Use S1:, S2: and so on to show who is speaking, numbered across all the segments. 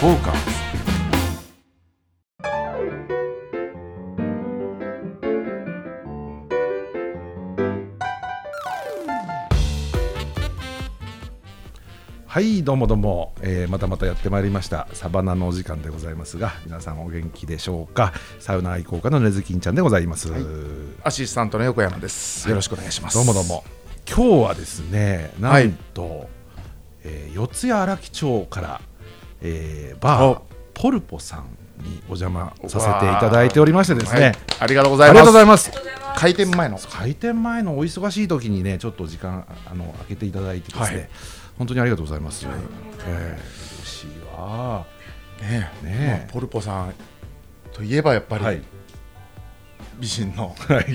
S1: フォーカスはいどうもどうも、えーまたまたやってまいりましたサバナのお時間でございますが皆さんお元気でしょうかサウナ愛好家のねずきんちゃんでございます、
S2: アシスタントの横山です。よろしくお願いします。
S1: どうもどうも。今日はですねなんと、えー四谷荒木町から、えーバー
S2: お
S1: ポルポさんにお邪魔させていただいておりましてですね、
S2: はいありがとうご
S1: あ
S2: ざい
S1: りが
S2: ます。
S1: とうございます
S2: 開店前の。
S1: 開店前のお忙しい時にねちょっと時間あの空けていただいてですね、
S2: はい
S1: 本当にありがとうございます、えー嬉しいわ
S2: ねえ
S1: ねえ
S2: まあポルポさんといえばやっぱ
S1: はい
S2: り美人の。
S1: はい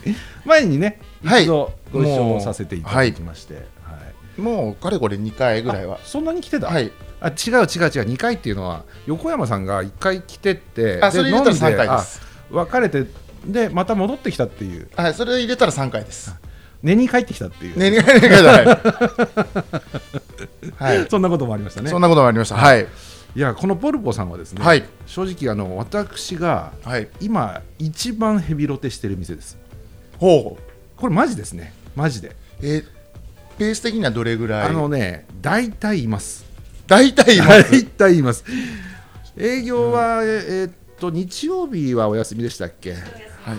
S1: 前にね
S2: はい
S1: 一度ご一
S2: も
S1: 緒
S2: う
S1: させていただきまして、はい
S2: もうかれこれ2回ぐらいは
S1: あ。そんなに来てた、
S2: はい。
S1: あ違う違う違う2回っていうのは横山さんが1回来てって
S2: あそれ入れたら3回で
S1: あ
S2: す。
S1: 別れてでまた戻ってきたっていう
S2: はい、それ入れたら3回です。
S1: 寝に帰ってきたっていう、
S2: ね、2回2回じゃ ない。はい。
S1: そんなこともありましたね
S2: そんなこともありました。はい。
S1: いやこのポルポさんはですね、
S2: はい
S1: 正直あの私が
S2: はい。
S1: 今一番ヘビロテしてる店です
S2: ほう。
S1: これマジですねマジで、
S2: えー、ペース的にはどれぐらい
S1: あのね大体います
S2: 大体いま
S1: 大
S2: す。
S1: 体います営業は、ええーっと日曜日はお休みでしたっけ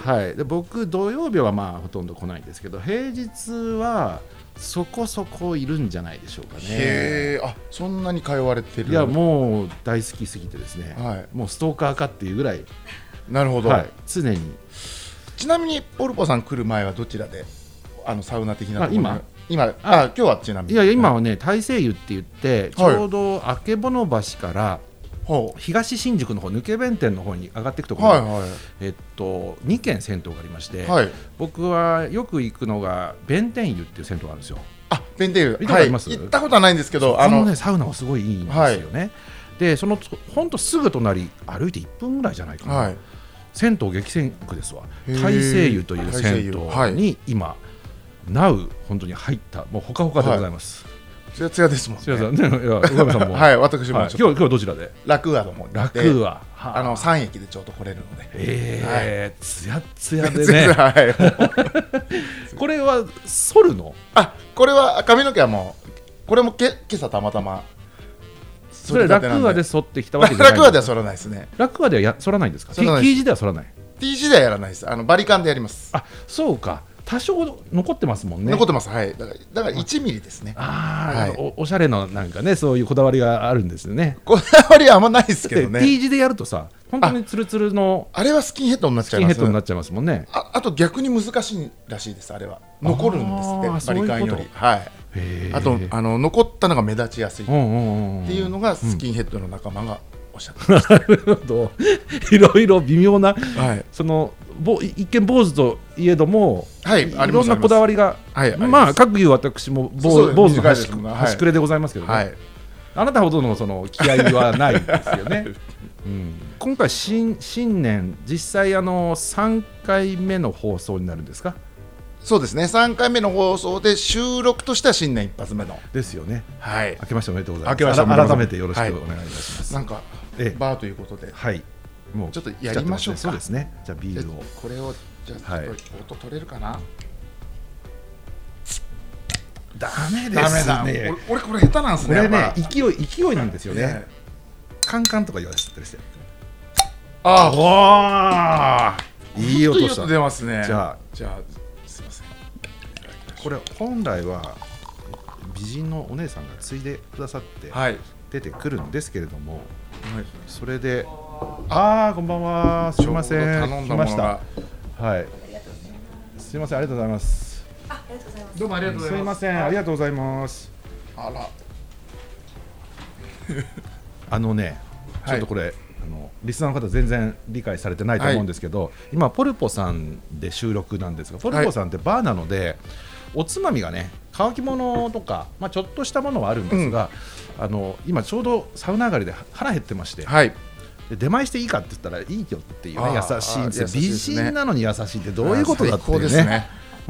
S1: はい、で僕土曜日はまあほとんど来ないんですけど平日はそこそこいるんじゃないでしょうかね
S2: へえ、あそんなに通われてる。
S1: いやもう大好きすぎてですね、
S2: はい
S1: もうストーカーかっていうぐらい、
S2: なるほど。
S1: はい、常に
S2: ちなみにポルポさん来る前はどちらであのサウナ的なところに
S1: あ
S2: 今あ今日はちなみに
S1: いやいや今はね大西湯って言ってちょうど曙橋から
S2: ほ
S1: 東新宿の方抜け弁天の方に上がっていくと
S2: う
S1: ころに、
S2: はいは
S1: えっと、2軒銭湯がありまして、
S2: いはい
S1: 僕はよく行くのが弁天湯っていう銭湯があるんですよ
S2: あペンテール
S1: 見たことあります
S2: はい、行ったことはないんですけど
S1: あ
S2: あ
S1: の
S2: の
S1: ねサウナはすごいいいんですよね、でそのほんとすぐ隣歩いて1分ぐらいじゃないかな、
S2: はい
S1: 銭湯激戦区ですわ
S2: へー
S1: 大西湯という
S2: 大
S1: 銭
S2: 西湯は
S1: 湯
S2: い
S1: に今、なう本当に入ったもうほかほかでございます、
S2: つやつやですもん
S1: すいませ
S2: ね
S1: んねいや上野さんも、
S2: は
S1: はい
S2: い私も
S1: 今
S2: ち
S1: 日
S2: ょっ
S1: 今
S2: と
S1: 日はどちらで
S2: 楽和の方に行って
S1: 楽は
S2: あの3駅でちょうど来れる ので
S1: えー、つやっつや で
S2: 全然
S1: ね
S2: はい
S1: これは剃るの
S2: あこれは髪の毛はもうこれもけ今朝たまたま
S1: それ楽はで
S2: す
S1: 剃ってきたわけじゃない
S2: 楽和では剃らないですね
S1: 楽はではや剃らないんですか
S2: 剃らない
S1: T T
S2: です
S1: 字では剃らない
S2: T 字ではやらないですあのバリカンでやります
S1: あそうか多少残ってますもんね
S2: 残ってますはいだからだから1ミリですね
S1: ああ、
S2: はい
S1: おおしゃれななんかねそういうこだわりがあるんですよね
S2: こだわりはあんまないですけ
S1: で
S2: どね
S1: T 字でやるとさ本当にツルツルの
S2: あれはスキンヘッドになっち
S1: ス
S2: ゃ
S1: キ
S2: い
S1: ンヘ
S2: ま
S1: ッドにな
S2: す
S1: っちゃいますもんね
S2: ああと逆に難しいらしいですあれは残るんです
S1: あー
S2: ってバリカンよ
S1: そういう
S2: り
S1: こ
S2: はい
S1: へー
S2: あとあの残ったのが目立ちやすいっ
S1: うんうんうんん
S2: ていうのがスキンヘッドの仲間がおっしゃってま
S1: なるほ どいろいろ微妙な
S2: すはい
S1: そのぼ一見坊主といえども、
S2: はい
S1: い
S2: あります
S1: ろんなこだわりが、
S2: はいあります
S1: まあ各いう私も
S2: そう
S1: 坊
S2: そう
S1: 坊主の
S2: 短い
S1: 端
S2: です
S1: く
S2: もんねはい
S1: 端くれでございますけどね、
S2: はい
S1: あなたほどのその気合はないですよ ね。うん、今回新新年実際あの3回目の放送になるんですか
S2: そうですね3回目の放送で収録としては新年一発目の
S1: ですよね
S2: はい
S1: 明けましておめでとうございます
S2: 明けましておめでとうございます
S1: 改めてよろしくお願いいたします
S2: な、んか
S1: ええ
S2: バーということで
S1: はいもう
S2: ちょっとやりましょうか
S1: 来ちゃってすねそうですねじゃあビ
S2: じゃ
S1: ー
S2: あ
S1: ルを
S2: これをじゃあ
S1: はい
S2: ちょっと音取れるかな
S1: ダメ
S2: ダメだ俺俺これ下手なんです
S1: こ
S2: ね
S1: れね
S2: やっぱ
S1: 勢い勢いなんですよね、
S2: ね
S1: カンカンとか言わせたりして
S2: ああ
S1: あおいい音
S2: ちょ
S1: し
S2: っと
S1: た
S2: 出ますね
S1: じゃあ
S2: じゃあすいません
S1: これ本来は美人のお姉さんがついでくださって
S2: はい
S1: 出てくるんですけれども、それでああこんばんはす
S2: す
S1: みません
S2: 頼んだ
S1: 来
S2: も
S1: まし
S2: の
S1: た
S2: が
S1: はいすみませんありがとうございます
S2: どうもありがとうご
S1: す
S2: ざい
S1: み
S2: ま
S1: ますせんありがとうございます
S2: あら
S1: あのねちょっとこれ、あのリスナーの方全然理解されてないと思うんですけど、今ポルポさんで収録なんですがポルポさんってバーなので、おつまみがね乾き物とか、まあ、ちょっとしたものはあるんですが、あの今ちょうどサウナ上がりで腹減ってまして、
S2: はい
S1: で出前していいかって言ったらいいよっていうね
S2: あー
S1: 優しいんですよ
S2: あー優しい
S1: 美
S2: ですね
S1: 人なのに優しいってどういうことだってい
S2: あ
S1: う
S2: ー最高で
S1: ね
S2: す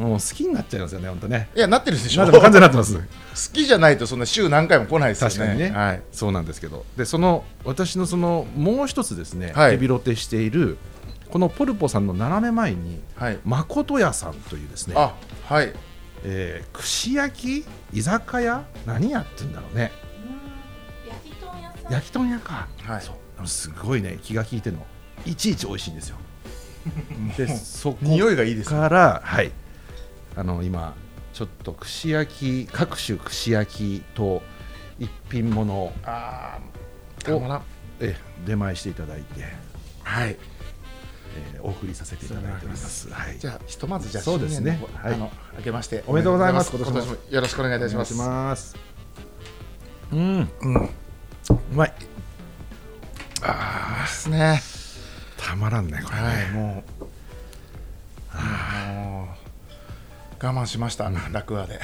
S2: ね
S1: もう好きになっちゃいますよね、本当ね。
S2: いや、なってるでしょ、
S1: な完全になってます。
S2: 好きじゃないと、そんな週何回も来ないですよね。
S1: 確かにね、
S2: はい、
S1: そうなんですけどでその私のそのもう一つですね、
S2: はい
S1: ヘビロテしているこのポルポさんの斜め前に
S2: はい、
S1: 誠屋さんというですね、
S2: あはい、
S1: えー串焼き居酒屋何屋って言うんだろうね
S3: 焼き豚屋さん
S1: 焼き豚屋か、
S2: はい
S1: そうすごいね気が利いてるのいちいち美味しいんですよでそこ
S2: 匂いがいいですね。
S1: からはいあの今ちょっと串焼き各種串焼きと一品物を
S2: あーたまらん
S1: えー出前していただいて
S2: はい、
S1: えーお送りさせていただいております。はい、
S2: じゃあ、ひとまず、じゃあ、
S1: そうですね
S2: 新年の
S1: はい
S2: あの、明けまして。
S1: おめでとうございます
S2: おめでとうございます今年もよろしくお願いいたします。
S1: ます。うん、う
S2: うん、い
S1: まい。
S2: いですね。
S1: たまらんね、これね。
S2: はい、もう。もう我慢しました、楽話で。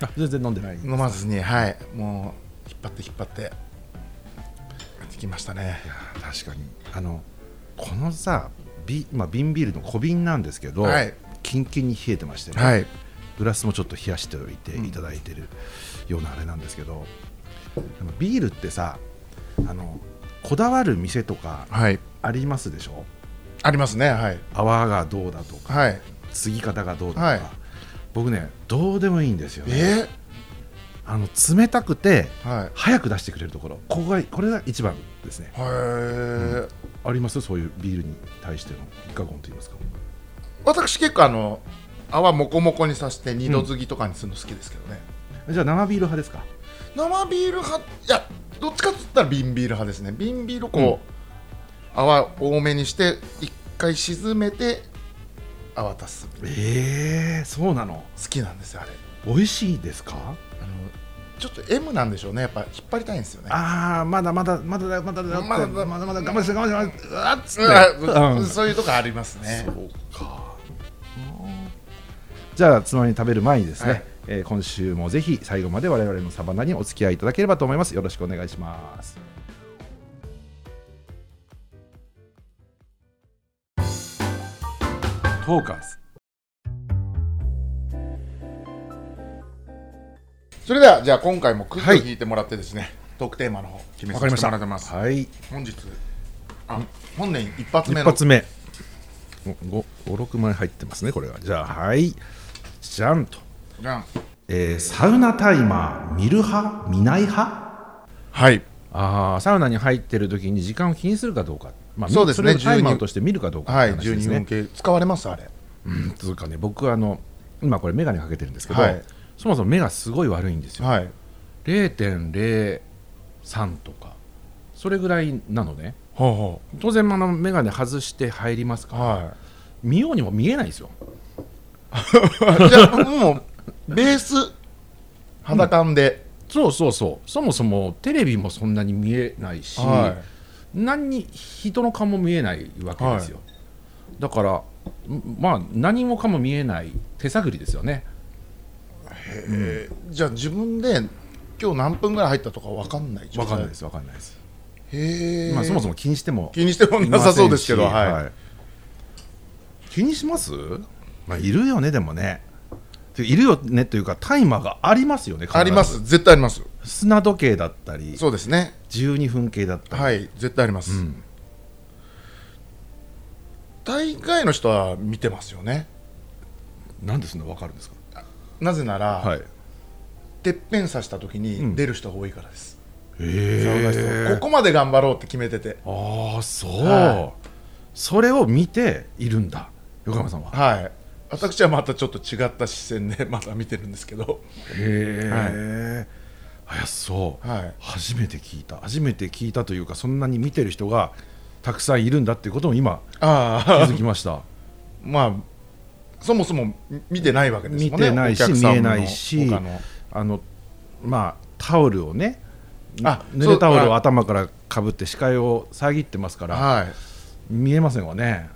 S1: あ全然飲んでない。
S2: 飲まずに、はい、もう引っ張って引っ張って。やってきましたね。
S1: 確かに、あの、このさ、ビ、まあ、瓶ビールの小瓶なんですけど。
S2: はい
S1: キンキンに冷えてましてね、
S2: はい、
S1: グラスもちょっと冷やしておいていただいてるようなあれなんですけど、あのビールってさあのこだわる店とか
S2: はい、
S1: ありますでしょ
S2: ありますね、はい、
S1: 泡がどうだとか
S2: はい、
S1: 継ぎ方がどうだとか、
S2: はい
S1: 僕ねどうでもいいんですよね
S2: え
S1: あの冷たくて
S2: ー、はい。
S1: 早く出してくれるところここがこれが一番ですね
S2: へー
S1: ありますそういうビールに対しての一過言と言いますか
S2: 私結構あの泡もこもこにさして二度継ぎとかにするの好きですけどね、
S1: じゃあ生ビール派ですか
S2: 生ビール派いやどっちかって言ったら瓶ビール派ですね瓶ビールをこう、泡多めにして一回沈めて泡足す
S1: ええそうなの
S2: 好きなんですよあれ
S1: 美味しいですか
S2: あのちょっと M なんでしょうねやっぱ引っ張りたいんですよね
S1: ああまだまだまだだまだだ
S2: まだだ
S1: まだまだ我慢して我慢してうわっつって、
S2: うん
S1: うん
S2: そういうとこありますね
S1: そうかじゃあつまみ食べる前にですね、
S2: はい
S1: えー今週もぜひ最後まで我々のサバナにお付き合いいただければと思いますよろしくお願いしますトーカーズ
S2: それではじゃあ今回もクッと
S1: はい
S2: 引いてもらってですね、トークテーマの方決め
S1: わか
S2: さ
S1: りまし
S2: せても
S1: た
S2: らってます
S1: はい一
S2: 本日あ本年一発目の
S1: 発目56枚入ってますねこれはじゃあはいじゃんと、
S2: じゃん
S1: えーサウナタイマー見る派見ない派
S2: はい
S1: あーサウナに入ってる時に時間を気にするかどうか、まあ、
S2: そうですね
S1: れをタイマ
S2: 12
S1: ーとして見るかどうかっ
S2: は
S1: て
S2: い、
S1: 話
S2: 十
S1: で
S2: 二
S1: すね。
S2: 分計使われますあれ。
S1: うんというかね、僕はあの今これ眼鏡かけてるんですけど、
S2: はい
S1: そもそも目がすごい悪いんですよ。
S2: はい
S1: 0.03とかそれぐらいなのね。
S2: ほうほ
S1: 当然あの眼鏡外して入りますから、
S2: は
S1: 見ようにも見えないですよ。
S2: い。じゃあもうベース裸感で、
S1: そうそうそう。そもそもテレビもそんなに見えないし、
S2: は
S1: 何に人の顔も見えないわけですよ、だからんまあ何もかも見えない手探りですよね
S2: い。えーじゃあ自分で今日何分ぐらい入ったとかわかんない。
S1: わかんないで。すわかんないです、
S2: へえ。
S1: まあそもそ
S2: も
S1: も気にしても
S2: 気にしても
S1: いま
S2: な
S1: せん
S2: さ
S1: し
S2: そうですけど、はい。
S1: い気にします、まあ、いるよねでもねているよねというかタイマーがありますよね必ず
S2: あります、絶対あります。
S1: 砂時計だったり
S2: そうですね。
S1: 12分計だったり、
S2: はい、絶対あります。
S1: うん
S2: 大概の人は見てますよね。
S1: なんでそんなわかるんですか
S2: なぜなら、
S1: はい
S2: てっぺん刺した時
S1: うん
S2: に出る人が多いからです。
S1: え
S2: ここまで頑張ろうって決めてて。
S1: ああそう、
S2: は
S1: それを見ているんだ横山さんは
S2: はい、私はまたちょっと違った視線で まだ見てるんですけど、
S1: へえ、あいやそう、
S2: はい
S1: 初めて聞いた初めて聞いたというかそんなに見てる人がたくさんいるんだっていうことも今
S2: あ
S1: 気
S2: あ
S1: づきました
S2: まあそもそも見てないわ けです
S1: 見
S2: もんね
S1: てない
S2: お
S1: し
S2: 客
S1: 見
S2: さん
S1: え
S2: の
S1: ないし
S2: 他の
S1: あのまあタオルをね
S2: あ
S1: 濡れタオル
S2: そう
S1: を
S2: あ
S1: 頭からかぶって視界を遮ってますから
S2: はい
S1: 見えませんわね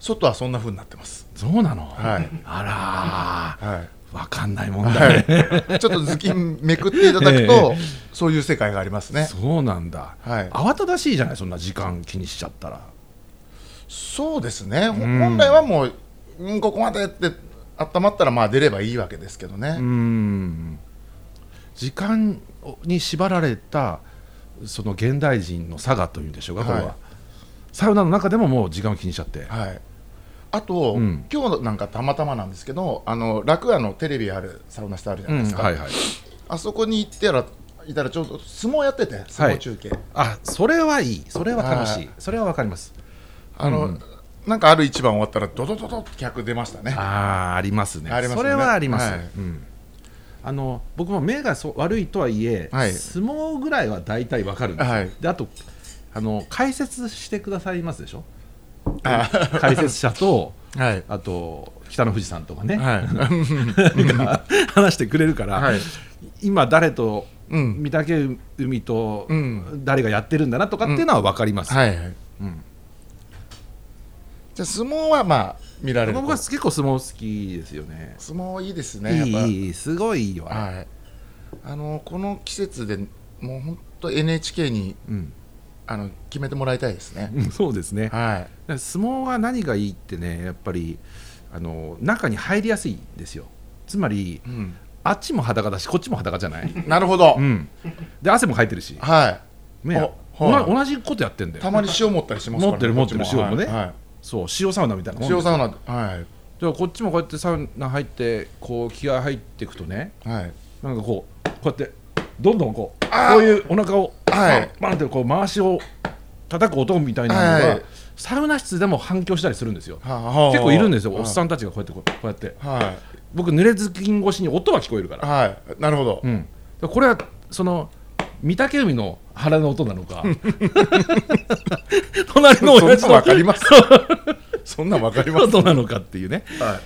S2: 外はそんな風になってます、
S1: そうなの、
S2: はい
S1: あ
S2: はい
S1: らーわかんないもんだね、
S2: はい、 ちょっと頭巾めくっていただくと、そういう世界がありますね
S1: そうなんだ、
S2: はい
S1: 慌ただしいじゃないそんな時間気にしちゃったら
S2: そうですね、ほ
S1: ん
S2: 本来はもう、うんここまでって温まったらまあ出ればいいわけですけどね、
S1: うん時間に縛られたその現代人の差がというんでしょうか、これ
S2: はい
S1: はサウナの中でももう時間を気にしちゃって、
S2: はい、あと、
S1: うん
S2: 今日なんかたまたまなんですけどあの楽屋のテレビあるサウナ室あるじゃないですか、
S1: はいはい
S2: あそこに行ってたらいたらちょうど相撲やってて相撲中継、
S1: あそれはいいそれは楽し
S2: はい
S1: それはわかります
S2: あの、
S1: うん
S2: なんかある一番終わったらドドドドって客出ましたね
S1: ああありますね
S2: ありますね
S1: それはあります、
S2: はい
S1: うんあの僕も目がそう悪いとはいえ、
S2: はい
S1: 相撲ぐらいは大体わかるんですよ、
S2: はい
S1: であとあの解説してくださいますでしょ
S2: あ
S1: 解説者と
S2: はい
S1: あと北の富士さんとかね、
S2: はい
S1: が話してくれるから、
S2: はい
S1: 今誰と、
S2: うん
S1: 御嶽海と
S2: うん
S1: 誰がやってるんだなとかっていうのは分かります、
S2: はいはい
S1: うん
S2: じゃあ相撲はまあ見られる
S1: 僕は結構相撲好きですよね
S2: 相撲いいですねやっ
S1: い
S2: ぱ
S1: いいいすごいいいよあれ、
S2: はいあのこの季節でもう本当 NHK に
S1: うん
S2: あの決めてもらいたいですね、
S1: うんそうですね、
S2: はい
S1: 相撲は何がいいってねやっぱりあの中に入りやすいんですよつまり
S2: うん
S1: あっちも裸だしこっちも裸じゃない
S2: なるほど、
S1: うんで汗もかいてるし、
S2: は
S1: ね
S2: おはい
S1: おな同じことやってんだ
S2: い
S1: よ
S2: たまに塩持ったりしますから、
S1: 持ってる
S2: こち
S1: 持ってる塩もね
S2: はいは
S1: そう塩サウナみたいないもん
S2: 塩
S1: ですよ
S2: サウナは
S1: でこっちもこうやってサウナ入ってこう気合入っていくとね
S2: いはい
S1: なんかこうこうやってどんどんこう
S2: あー
S1: こういうお腹を
S2: はい
S1: バンバンってこう回しを叩く音みたいなの
S2: は
S1: が
S2: い
S1: サウナ室でも反響したりするんですよ
S2: 結
S1: 結構いるんですよおっ
S2: ん
S1: さんたちがこうやってこうこうやって
S2: は
S1: 僕濡れずきん越しに音は聞こえるか
S2: い
S1: ら、
S2: はいなるほど、
S1: うん、これはその御嶽海の腹の音なの か隣の
S2: そん
S1: 親
S2: な
S1: 父
S2: んわか
S1: の
S2: りますそんなんわかり ます
S1: 音なのかっていうね
S2: は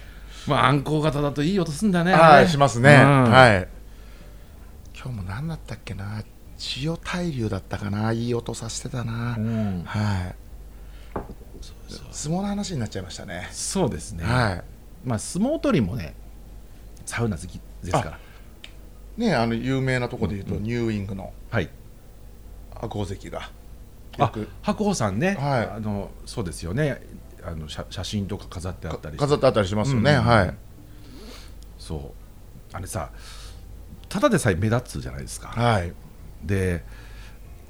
S1: まあ暗号型だといい音すんだ
S2: い、
S1: ねあ
S2: は
S1: れ
S2: い、
S1: ね
S2: します
S1: う
S2: ね、
S1: ん
S2: はい今日も何だったっけな千代大龍だったかないい音させてたな、
S1: うん
S2: はい相撲の話になっちゃいましたね
S1: そうですね、
S2: は
S1: まあ相撲取りもねサウナ好きですから
S2: いねあの有名なとこで言うと、ニューウィングの
S1: はい
S2: 赤関がよ
S1: あ
S2: く
S1: 白鵬さんね、
S2: はい
S1: あのそうですよねあの写写真とか飾ってあったりして
S2: 飾ってあったりしますよね、
S1: うん
S2: はい
S1: そうあれさただでさえ目立つじゃないですか
S2: はい
S1: で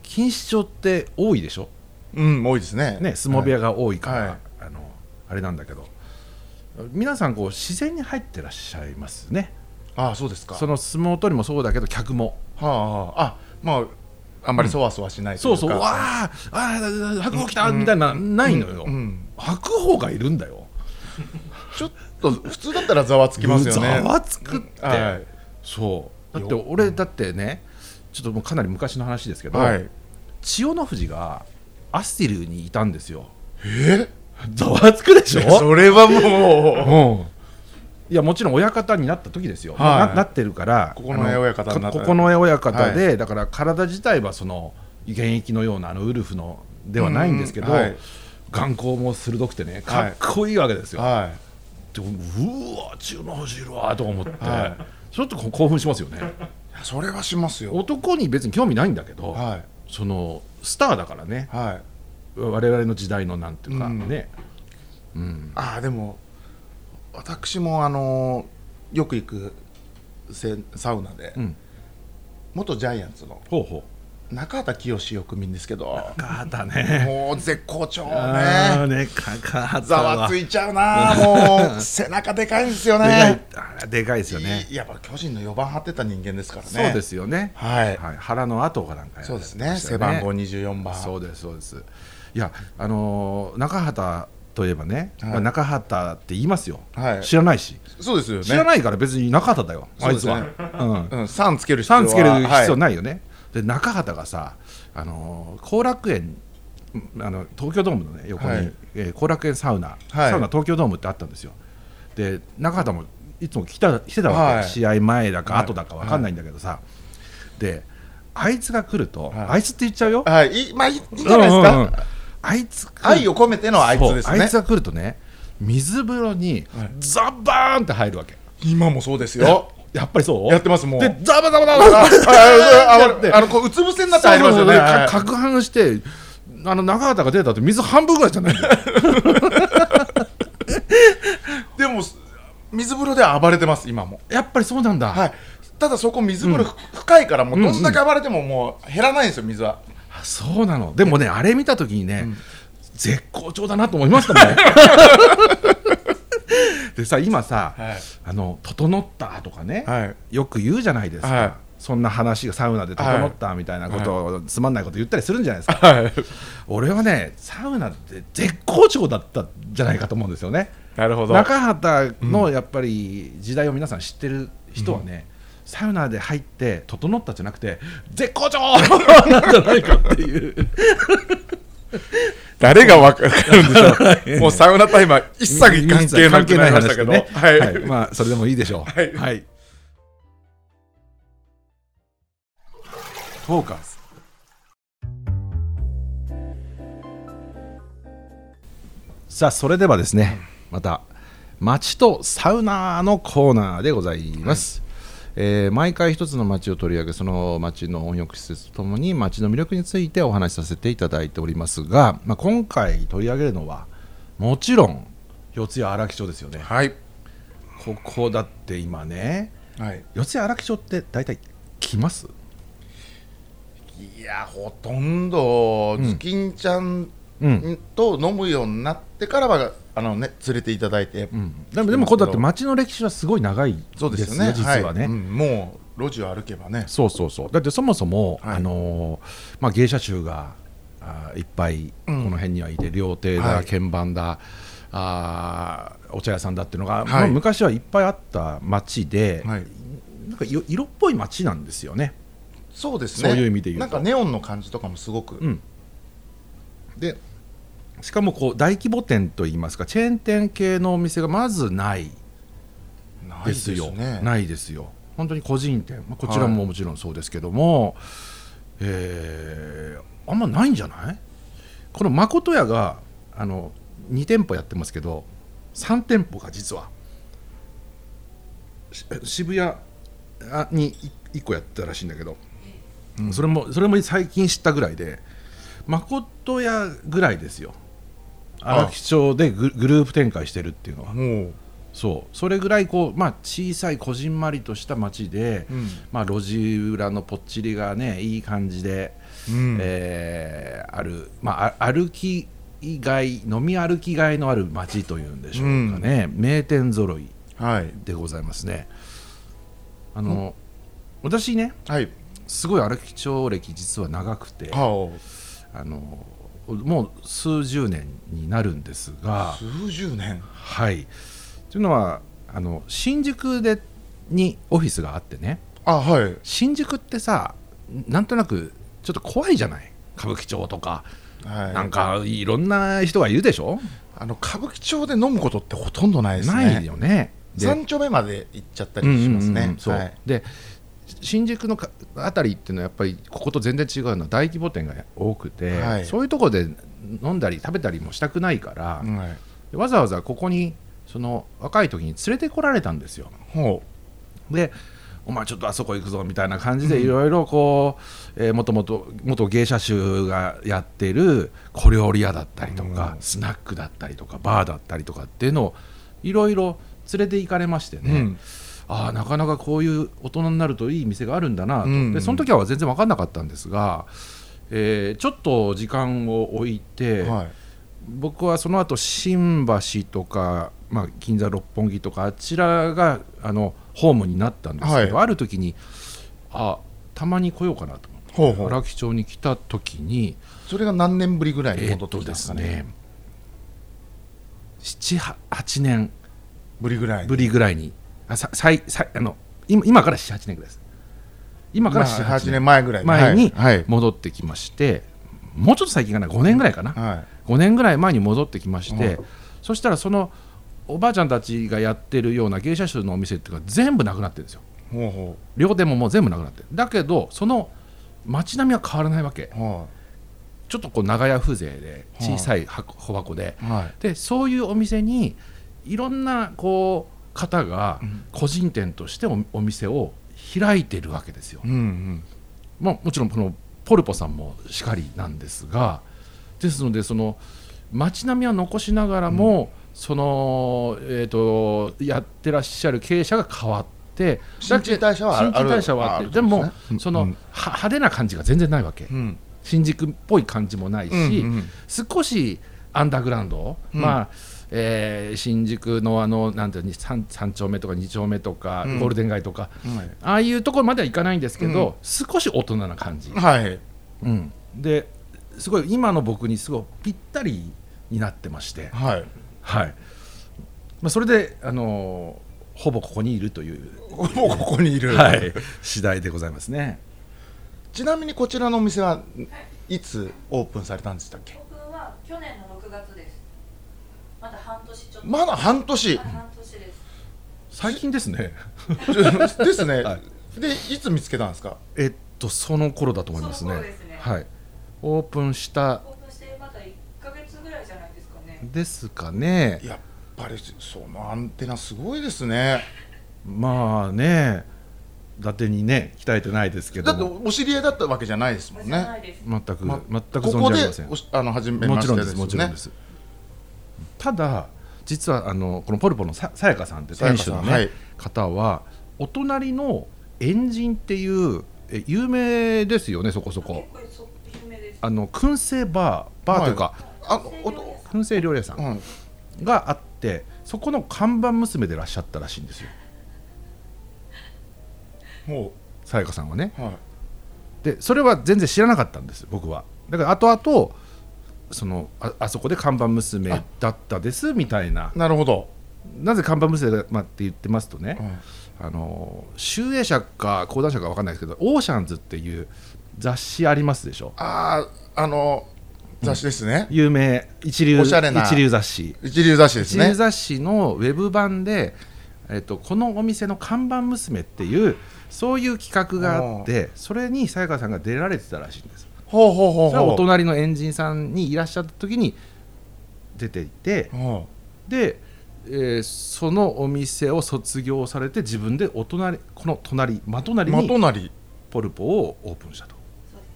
S1: 錦糸町って多いでしょ、
S2: うん多いですね
S1: ね、相撲部屋が多いから、
S2: はい
S1: あのあれなんだけど皆さんこう自然に入ってらっしゃいますね
S2: ああそうですか
S1: その相撲取りもそうだけど客も
S2: はあ、はあ、あまああんまりそわそわしないとい
S1: そうう
S2: か、
S1: そうわああー白鵬来たみたいな、ないのよ、
S2: うんうん
S1: 白鵬がいるんだよ
S2: ちょっと普通だったらざわつきますよね
S1: ざわつくって、
S2: はい
S1: そうだって俺だってねちょっともうかなり昔の話ですけど、
S2: はい
S1: 千代の富士がアスティルにいたんですよ
S2: え
S1: ざわつくでしょ
S2: それはも
S1: う
S2: う
S1: んいやもちろん親方になった時ですよ、
S2: はい
S1: まあななってるから
S2: ここの絵親方にな
S1: あ
S2: っ
S1: のこ
S2: た
S1: この絵親方で、だから体自体はその現役のようなあのウルフのではないんですけど、
S2: うんはい
S1: 眼光も鋭くてねかっこいいわけですよ、
S2: は
S1: でうわ中の星いるわと思って、
S2: は
S1: ちょっとこう興奮しますよね
S2: いいやそれはしますよ
S1: 男に別に興味ないんだけど、
S2: は
S1: そのスターだからね
S2: いはい
S1: 我々の時代のなんていうか
S2: うん
S1: ね、うん
S2: ああでも私もあのーよく行くせサウナで、
S1: うん
S2: 元ジャイアンツの
S1: ほうほ
S2: 中畑清よく見んですけど
S1: うかだね
S2: もう絶好調
S1: あー
S2: ね
S1: ね、かか
S2: ざわつ
S1: い
S2: いちゃうなもう背中でかいんですよ
S1: でかい
S2: ね
S1: あーでかいですよね。
S2: いやっぱ巨人の4番張ってた人間ですからね
S1: そうですよね。
S2: はい、
S1: はい、腹の後がなんかやられてました
S2: そ
S1: よ、
S2: うですね背番号24番
S1: そうですそうです。いやあのー中畑といえばね、
S2: はい
S1: まあ中畑って言いますよ。
S2: はい
S1: 知らないし、
S2: そうですよね
S1: 知らないから別に中畑だよ。
S2: そ
S1: あ
S2: う
S1: い
S2: で
S1: つ
S2: すね
S1: は。うん。
S2: うん、3つける必要
S1: さん
S2: は
S1: つける必要
S2: はい
S1: ないよね。で中畑がさ、あのー後楽園うんあの東京ドームのね横に、
S2: はい
S1: えー後楽園サウナ、
S2: はい
S1: サウナ東京ドームってあったんですよ。で中畑もいつも来た来てたわけ、
S2: はい
S1: 試合前だか
S2: はい
S1: 後だかわかんないんだけどさ、であいつが来ると、
S2: はい
S1: あいつって言っちゃうよ。
S2: はい、いいまあいいいいんじゃないですか、
S1: うんうんうんあいつ来る
S2: 愛を込めてのあいつです
S1: そうあ
S2: ね
S1: いつが来るとね水風呂に
S2: はい
S1: ザバーンって入るわけ。
S2: 今もそうですよ
S1: やっぱりそう
S2: やってますもう
S1: でザバザバザバ
S2: あ
S1: ザバ
S2: あ
S1: やって
S2: あああのこううつ伏せになって入りますよね
S1: そうそうそうか
S2: はい
S1: 攪拌してあの中畑が出た後水半分ぐらいじゃないんだよ
S2: でも水風呂では暴れてます今も
S1: やっぱりそうなんだ、
S2: はいただそこ水風呂深いからもうどんだけ暴れてももう減らないんですよ水は
S1: あそうなのでもねあれ見た時にね、絶好調だなと思いました もんでさ今さ、
S2: はい
S1: あの「整った」とかね、
S2: はい
S1: よく言うじゃないですか、
S2: はい
S1: そんな話がサウナで整ったみたいなことを、つまんないこと言ったりするんじゃないですか、
S2: はい
S1: 俺はねサウナって絶好調だったんじゃないかと思うんですよね
S2: なるほ
S1: 中畑のやっぱり時代を皆さん知ってる人はね、サウナで入って整ったじゃなくて絶好 調なんじゃないかっていう
S2: 誰がわかるん でしょう もうサウナタイマー一切関係なくなりましたけど、
S1: 関係ない話
S2: は
S1: で
S2: い、
S1: ねはいまあそれでもいいでしょう
S2: はい
S1: はいフォーカスさあそれではですねまた街とサウナーのコーナーでございます、えー毎回一つの街を取り上げその街の温浴施設とともに街の魅力についてお話しさせていただいておりますが、まあ、今回取り上げるのはもちろん四谷荒木町ですよね
S2: はい
S1: ここだって今ね
S2: はい、
S1: 四谷荒木町って大体来ます
S2: いやほとんど
S1: ん
S2: ズキンちゃん
S1: うん
S2: と飲むようになってからはあのね連れていただいて、
S1: うん、でもでもここだって街の歴史はすごい長いです
S2: そ
S1: ね
S2: うですよね
S1: 実はね、
S2: いうんもう路地を歩けばね
S1: そうそうそうだってそもそも、
S2: はい
S1: あのーまあ、芸者衆があーいっぱいこ
S2: うん
S1: の辺にはいて、料亭だ、
S2: はい
S1: 鍵盤だあーお茶屋さんだっていうのが、
S2: い
S1: まあ、昔はいっぱいあった街で、
S2: はい
S1: なんかよ色っぽい街なんですよね。
S2: そうですね
S1: そういう意味で言うと
S2: なんかネオンの感じとかもすごく、
S1: うん、でしかもこう大規模店といいますかチェーン店系のお店がまずない
S2: ないで
S1: です
S2: す
S1: よ。
S2: よね
S1: ないですよ。本当に個人店、まあ、こちらももちろんそうですけども、えーあんまないんじゃないこの誠屋があの2店舗やってますけど3店舗が実はし渋谷あに1個やってたらしいんだけど、
S2: うん
S1: それもそれも最近知ったぐらいで誠屋ぐらいですよ
S2: あ
S1: 荒木町でググループ展開してるっていうのは。
S2: もう、
S1: そうそれぐらいこう、まあ、小さいこじんまりとした町で、
S2: うん
S1: まあ、路地裏のぽっちりがねいい感じで、
S2: うん
S1: えーある、まあ、あ歩き以外飲み歩きがいのある町というんでしょうかね、名店揃い
S2: はい
S1: でございますね。あの私ね
S2: はい
S1: すごい歩き町歴実は長くて
S2: は
S1: あのもう数十年になるんです
S2: あ
S1: が。
S2: 数十年
S1: はい。というのはあの新宿でにオフィスがあってね
S2: あはい
S1: 新宿ってさなんとなくちょっと怖いじゃない歌舞伎町とか、
S2: はい
S1: なんかいろんな人がいるでしょ、
S2: あの歌舞伎町で飲むことってほとんどないですね。
S1: ないよね。で
S2: 三丁目まで行っちゃったりします
S1: うんうんうんう
S2: ね
S1: ん。そう、
S2: はい
S1: で新宿のかあたりっていうのはやっぱりここと全然違うのは大規模店が多くて、
S2: はい
S1: そういうところで飲んだり食べたりもしたくないから、
S2: はい。
S1: わざわざここにその若い時に連れてこられたんですよ。
S2: ほ
S1: でお前ちょっとあそこ行くぞみたいな感じでいろいろこう、えー、もともと元芸者衆がやってる小料理屋だったりとか、
S2: うん
S1: スナックだったりとかバーだったりとかっていうのをいろいろ連れて行かれまして
S2: う。
S1: ね、ああなかなかこういう大人になるといい店があるんだなと、
S2: うん
S1: でその時は全然分かんなかったんですが、えーちょっと時間を置いて、
S2: はい。
S1: 僕はその後新橋とか、まあ、銀座六本木とかあちらがあのホームになったんですけど、
S2: は
S1: ある時にあたまに来ようかなと
S2: ほ
S1: 思
S2: うほ
S1: って
S2: う。
S1: 荒木町に来た時に
S2: それが何年ぶりぐらいに
S1: えー
S2: 戻
S1: っ
S2: っ
S1: と
S2: てきたん
S1: で
S2: ですか
S1: す
S2: ね。
S1: ね78年
S2: ぶりぐらい。
S1: ぶりぐらいにあささいさいあの今今から78年ぐらいです今から
S2: まあ八
S1: 78
S2: 年
S1: 年
S2: 前ぐらい
S1: 前に
S2: はい。
S1: 戻ってきまして、もうちょっと最近かな5年ぐらいかな、
S2: は
S1: 5年ぐらい前に戻ってきまして、
S2: う
S1: そしたらそのおばあちゃんたちがやってるような芸者衆のお店っていうのが全部なくなってるんですよ
S2: い。ほうほ
S1: 両手ももう全部なくなってるだけどその街並みは変わらないわけ
S2: う。は
S1: ちょっとこう長屋風情で小さい箱小箱で
S2: い。はい。
S1: でそういうお店にいろんなこう方が
S2: うん
S1: 個人店としておお店を開いてるわけですよ
S2: うんうん。
S1: まあ、もちろんこのポルポさんもしかりなんですがですのでその街並みは残しながらも、その、えー、とやってらっしゃる経営者が変わって
S2: 新陳代謝はある
S1: 新陳代謝はあって
S2: あるある
S1: でも、
S2: うん
S1: その、
S2: うん
S1: は派手な感じが全然ないわけ、
S2: うん
S1: 新宿っぽい感じもないし、
S2: うんうん
S1: 少しアンダーグラウンド、
S2: うん
S1: まあえー新宿のあのなんていうの 3, 三丁目とか2丁目とか、
S2: うん
S1: ゴールデン街とか
S2: はい
S1: ああいうところまではいかないんですけど、
S2: うん
S1: 少し大人な感じ、
S2: はい
S1: うんですごい今の僕にすごいぴったりになってまして、
S2: はい
S1: はいまあ、それで、あのーほぼここにいるという、
S2: もうここにいる、
S1: はい、次第でございますね。
S2: ちなみにこちらのお店はいつオープンされたんでしたっけ
S3: 僕は去年の6月です。まだ半年ちょっと。
S2: まだ半 年
S3: まだ半年です。
S1: 最近ですね、
S2: ですね、
S1: は
S2: でいつ見つけたんですか
S1: えっと、その頃だと思いますね
S3: その頃ですね
S1: はい、オープンした
S3: オープンしてまだ1ヶ月ぐらいじゃないですかね。
S1: ですかね、
S2: やっぱりそのアンテナすごいですね
S1: まあね、伊達にね、鍛えてないですけ
S2: だ
S1: ど
S2: って
S1: も、
S2: お知り合いだったわけじゃないですもん
S3: じゃな
S2: ね
S3: いです。
S1: 全く、
S2: ま
S1: 全く
S2: こ
S1: 存
S2: こ
S1: じ上
S2: で
S1: げません。
S2: おしあの初め
S1: も
S2: ま
S1: ち
S2: して
S1: ろん
S2: で
S1: ですす、
S2: も
S1: も
S2: ん
S1: ちろん
S2: ね
S1: です。ただ、実はあのこのポルポのささやかさんって店主の、ね
S2: さやか
S1: 方は、お隣のエンジンっていう、え有名ですよね、そこそ
S3: 結構
S1: こ、
S3: そ有名です。
S1: あの燻製バー、バーというか、
S2: あおと
S1: 燻製料理屋さん
S2: うん
S1: があって、そこの看板娘でいらっしゃったらしいんですよ、
S2: も
S1: さやかさんはね。
S2: うはい
S1: でそれは全然知らなかったんです僕はだから後々そのああそこで看板娘だったですみたいな
S2: なるほど、
S1: なぜ看板娘だ、まあ、って言ってますと
S2: う
S1: ね、
S2: ん
S1: あの集英社か講談社か分かんないですけど「オーシャンズ」っていう雑誌ありますでしょ
S2: あああの雑誌ですね、
S1: 有名一流
S2: おしゃれな
S1: 一流雑誌
S2: 一流雑誌です
S1: 一流
S2: ね
S1: 雑誌のウェブ版で、えっと、このお店の看板娘っていうそういう企画があってそれにさやかさんが出られてたらしいんです
S2: ほうほうほう
S1: それは
S2: ほう
S1: お隣のエンジンさんにいらっしゃった時に出ていて
S2: ほ
S1: で、えーそのお店を卒業されて自分でお隣この隣真
S2: う
S1: 隣
S2: まと
S1: に
S2: なり
S1: ポルポをオープンしたと
S3: そうです。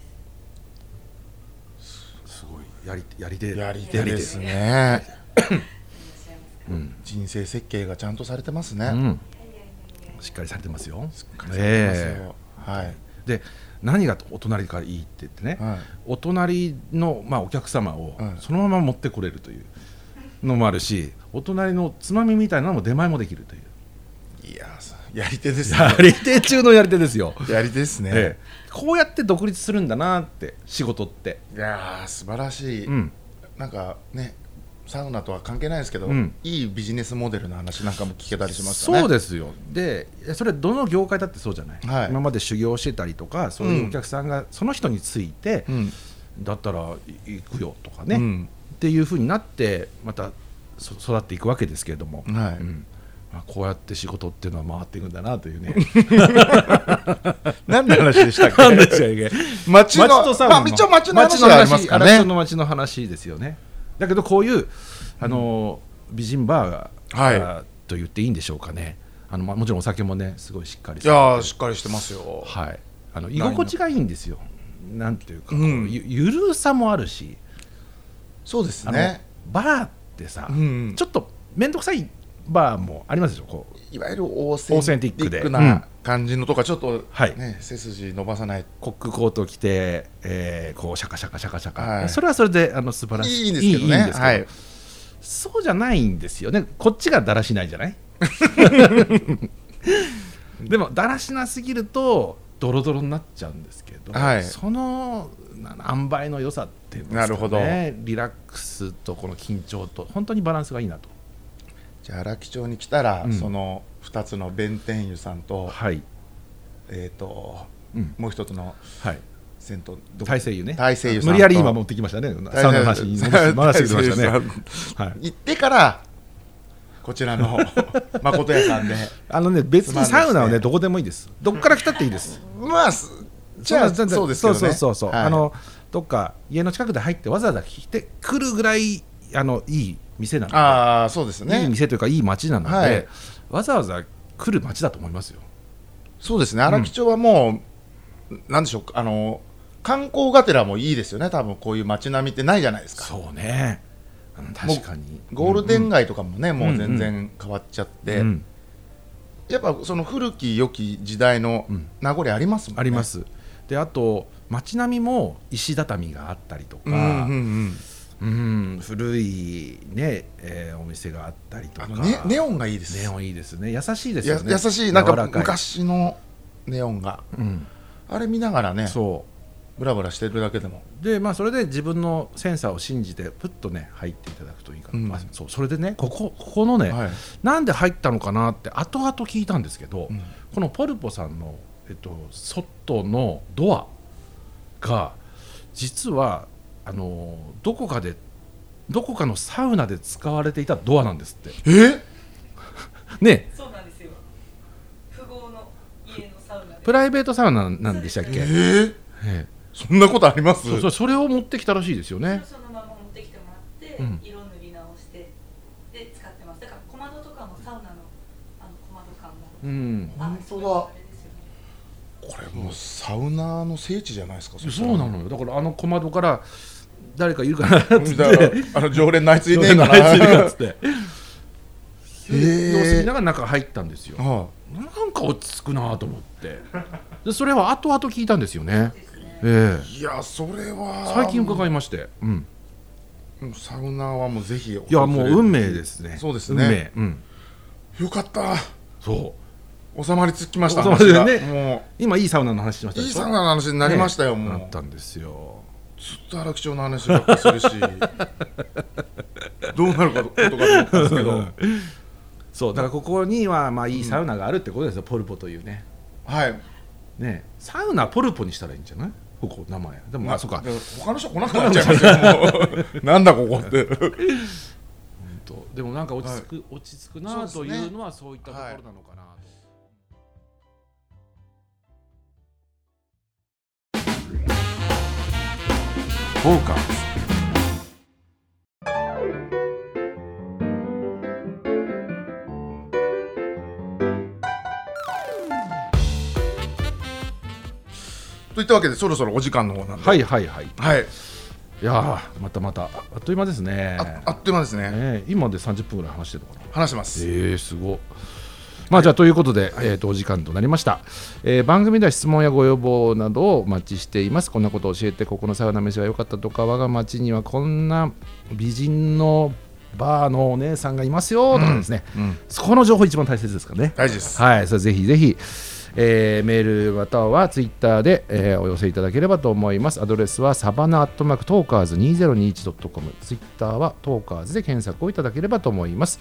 S1: すごいやりやり手
S2: やり手
S1: やり
S2: ですね
S3: いらっしゃいますか。
S1: うん
S2: 人生設計がちゃんとされてます
S1: う
S2: ね、
S1: ん、
S3: いやいやいやいや
S1: しっかりされてますよ
S2: しっかりされてますよは
S1: え
S2: い
S1: で何がお隣からいいって言ってね、
S2: はい
S1: お隣の、まあ、お客様を
S2: はい
S1: そのまま持ってこれるというのもあるしお隣のつまみみたいなのも出前もできるという
S2: いやさやり手です ね
S1: やり手中のやり手ですよ
S2: やり手ですね、
S1: ええ、こうやって独立するんだなって仕事って、
S2: いやー素晴らしい、
S1: うん、
S2: なんかねサウナとは関係ないですけど、
S1: うん
S2: いいビジネスモデルの話なんかも聞けたりしましたね
S1: そうですよでそれどの業界だってそうじゃない、
S2: はい
S1: 今まで修行してたりとかそういうお客さんがその人について、
S2: うん
S1: だったらい行くよとかね、
S2: うん
S1: っていうふうになってまたそ育っていくわけですけれども、
S2: はい
S1: うんあこうやって仕事っていうのは回っていくんだなというね
S2: 何の話でしたっ
S1: なん
S2: け
S1: でしたっけ
S2: 町のまあ、一応町の話がありますから
S1: 荒
S2: ね
S1: 人の町の話ですよねだけどこういうあの、美人バーが、
S2: はい
S1: あと言っていいんでしょうかねあの、まあ、もちろんお酒もねすごいしっかり
S2: いやーしっかりしてますよ、
S1: はいあの居心地がいいんですよなんていうか、
S2: うん
S1: ゆゆるさもあるし
S2: そうです
S1: あの、
S2: ね
S1: バーってさ、
S2: うん
S1: ちょっと面倒くさいバーもありますでしょこう
S2: いわゆるオーセ
S1: オーセン
S2: ン
S1: テ
S2: テ
S1: ィ
S2: ィ
S1: ックで
S2: ック
S1: うん
S2: な感じのとかちょっと、
S1: はい
S2: ね、背筋伸ばさない
S1: コックコート着て、えーこうシャカシャカシャカシャカ、
S2: はい
S1: それはそれであの素晴らしい
S2: いいんですけどね
S1: いいんですけど
S2: はい、
S1: そうじゃないんですよねこっちがだらしないじゃない でもだらしなすぎるとドロドロになっちゃうんですけど、
S2: はい
S1: そのな塩梅の良さっていうんですか、ね、
S2: なるほど
S1: リラックスとこの緊張と本当にバランスがいいなと
S2: じゃあ荒木町に来たら、
S1: うん
S2: その2つの弁天湯さんと,、
S1: はい、
S2: えー、と
S1: うん
S2: もう一つの
S1: はい、
S2: 銭湯どこ
S1: 大西湯ね
S2: 大西湯さんと
S1: 無理やり今持ってきましたねサウナの話に戻 し戻してきましたね、はい、
S2: 行ってからこちらの 誠屋さんで
S1: あのね別に
S2: つまんで
S1: サ
S2: すね
S1: ウナはねどこでもいいですどっから来たっていいです
S2: まあす じゃあ
S1: そんな
S2: そうですよね
S1: そうそうそうそう、
S2: はい
S1: あのどっか家の近くで入ってわざわざ来てくるぐらいあのいい店なので
S2: ああそうです
S1: いい
S2: ね
S1: 店というかいい街なので、
S2: はい
S1: わざわざ来る街だと思いますよ
S2: そうですね荒木町はもう、なんでしょうあの観光がてらもいいですよね多分こういう街並みってないじゃないですか
S1: そうねうん確かに
S2: ゴールデン街とかもね、もううん全然変わっちゃって、
S1: うん
S2: やっぱその古き良き時代の
S1: うん
S2: 名残ありますもんね。
S1: ありま。すであと街並みも石畳があったりとか、
S2: うんうんうん。
S1: うん古い、ねえーお店があったりと
S2: あ
S1: か
S2: のねネオンがいいです。
S1: ネオンいいですね優しいです
S2: や
S1: よね
S2: 優しいなん
S1: 柔
S2: から
S1: い
S2: 昔のネオンが
S1: うん、
S2: あれ見ながらね、
S1: そ
S2: ブラブラしてるだけでも。
S1: うでまあそれで自分のセンサーを信じてプッとね入っていただくといいかな、
S2: うん
S1: あそうそれでねここここのね、
S2: はい。
S1: なんで入ったのかなって後々聞いたんですけど、
S2: うん
S1: このポルポさんの、えっと、外のドアが実はあのどこかでどこかのサウナで使われていたドアなんですって
S2: え？
S1: ね
S3: そうなんですよ富豪の家のサウナで
S1: プライベートサウナなんでしたっ
S2: え
S1: け、え
S2: ー
S1: え
S2: そんなことあります？
S1: そうそうそれを持ってきたらしいですよね
S3: そのまま持ってきてもらって、
S1: うん
S3: 色塗り直してで使ってますだから小窓とかもサウナのあの小窓感も
S1: うん
S3: あ
S2: 本当だ
S3: そうあれですよね
S2: これもうサウナーの聖地じゃないですか。したら
S1: そうなのよだからあの小窓から誰かいるかなって
S2: みたいなあの常連のあいつ いねえかな。
S1: あいついるかっつってそれで
S2: へえ
S1: 様子見ながら中入ったんですよ
S2: は
S1: なんか落ち着くなと思ってでそれは後々聞いたんですよね
S3: そうですね
S1: ええ
S2: い。いやそれは
S1: 最近伺いまして、うん、
S2: うんサウナーはもうぜひ
S1: いやもう運命ですね
S2: そうですね
S1: 運命、うん、
S2: よかった
S1: そう
S2: 収まりつきました
S1: 収まりね
S2: 話がも
S1: 今いいサウナの話しまし
S2: う
S1: たで
S2: いい
S1: しょ
S2: サウナの話になりましたよ、
S1: ね
S2: もう
S1: なったんですよ
S2: ずっと荒木町の話ばっかりす るしどうなることかと思ったんですけど
S1: そうだからここにはまあいいサウナがあるってことですよ、ポルポというね
S2: はい
S1: ねサウナポルポにしたらいいんじゃないここ名前でも、あそうか
S2: でも他の人来なくなっちゃいますよ もうなんだここって
S1: 本当でもなんか落ち着く、落ち着くなと
S2: そうですね
S1: いうのはそういったところなのかなと。フォーカス
S2: といったわけでそろそろお時間の方なんでは、
S1: はいいはいはい。いやーまたまたあっという間ですね。
S2: ああっという間ですね
S1: ねえ今で30分ぐらい話してるのかな。
S2: 話します、
S1: えー、すごっまあじゃあということで、えー、とお時間となりました、えー番組では質問やご要望などをお待ちしていますこんなことを教えてここのサウナ飯は良かったとか我が町にはこんな美人のバーのお姉さんがいますよとかですね、
S2: うん、
S1: そこの情報一番大切ですからね
S2: 大事です
S1: はいそれぜひぜひえーメールまたはツイッターで、えーお寄せいただければと思います。アドレスはサバナアットマークトーカーズ 2021.com ツイッターはトーカーズで検索をいただければと思います。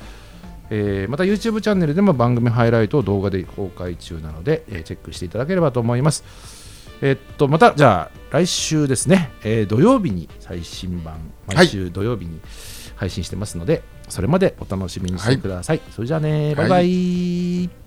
S1: えーまた YouTube チャンネルでも番組ハイライトを動画で公開中なので、えーチェックしていただければと思います。えーっとまたじゃあ来週ですね、えー土曜日に最新版毎週土曜日に配信してますので、それまでお楽しみにしてください。それじゃあねバイバイ。